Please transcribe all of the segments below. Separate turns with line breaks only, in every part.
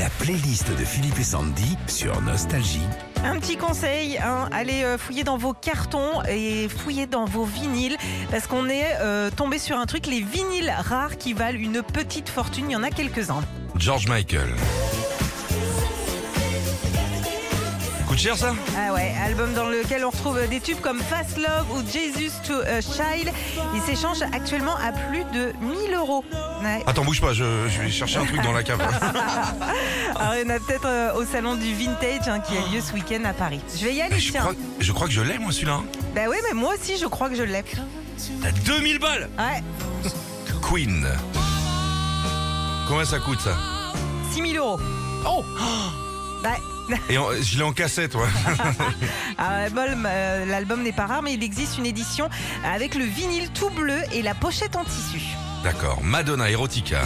La playlist de Philippe et Sandy sur Nostalgie.
Un petit conseil, hein, allez euh, fouiller dans vos cartons et fouiller dans vos vinyles parce qu'on est euh, tombé sur un truc, les vinyles rares qui valent une petite fortune, il y en a quelques-uns.
George Michael. Coûte cher ça
Ah ouais, album dans lequel on retrouve euh, des tubes comme Fast Love ou Jesus to a Child. Ils s'échangent actuellement à plus de 1000 euros. Ouais.
Attends, bouge pas, je, je vais chercher un truc dans la cave.
Alors, il y en a peut-être euh, au salon du vintage hein, qui a lieu ce week-end à Paris. Je vais y aller,
je,
tiens.
crois, je crois que je l'ai moi celui-là. hein.
Bah oui, mais moi aussi, je crois que je l'ai.
T'as 2000 balles
Ouais,
Queen. Combien ça coûte ça
6000 euros.
Oh
Ouais.
Et en- je l'ai en cassette, ouais.
Ah, L'album euh, l'album n'est pas rare, mais il existe une édition avec le vinyle tout bleu et la pochette en tissu.
D'accord, Madonna Erotica.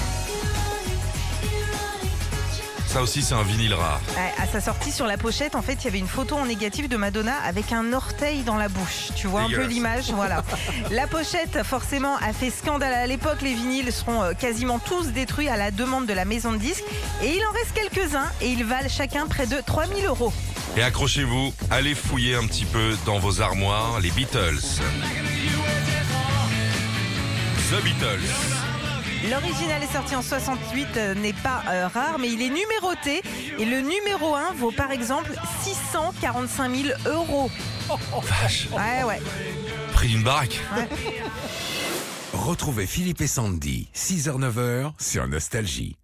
Ça aussi, c'est un vinyle rare.
Ouais, À sa sortie sur la pochette, en fait, il y avait une photo en négatif de Madonna avec un orteil dans la bouche. Tu vois un peu
Dégueulasse.
l'image, voilà. La pochette, forcément, a fait scandale à l'époque. Les vinyles seront euh, quasiment tous détruits à la demande de la maison de disques. Et il en reste quelques-uns et ils valent chacun près de 3000 euros.
Et accrochez-vous, allez fouiller un petit peu dans vos armoires les Beatles. The Beatles.
L'original est sorti en 68, euh, n'est pas euh, rare, mais il est numéroté. Et le numéro 1 vaut par exemple 645 000 euros.
Vache,
Ouais, ouais.
prix d'une baraque.
Retrouvez Philippe et Sandy, 6h-9h sur Nostalgie.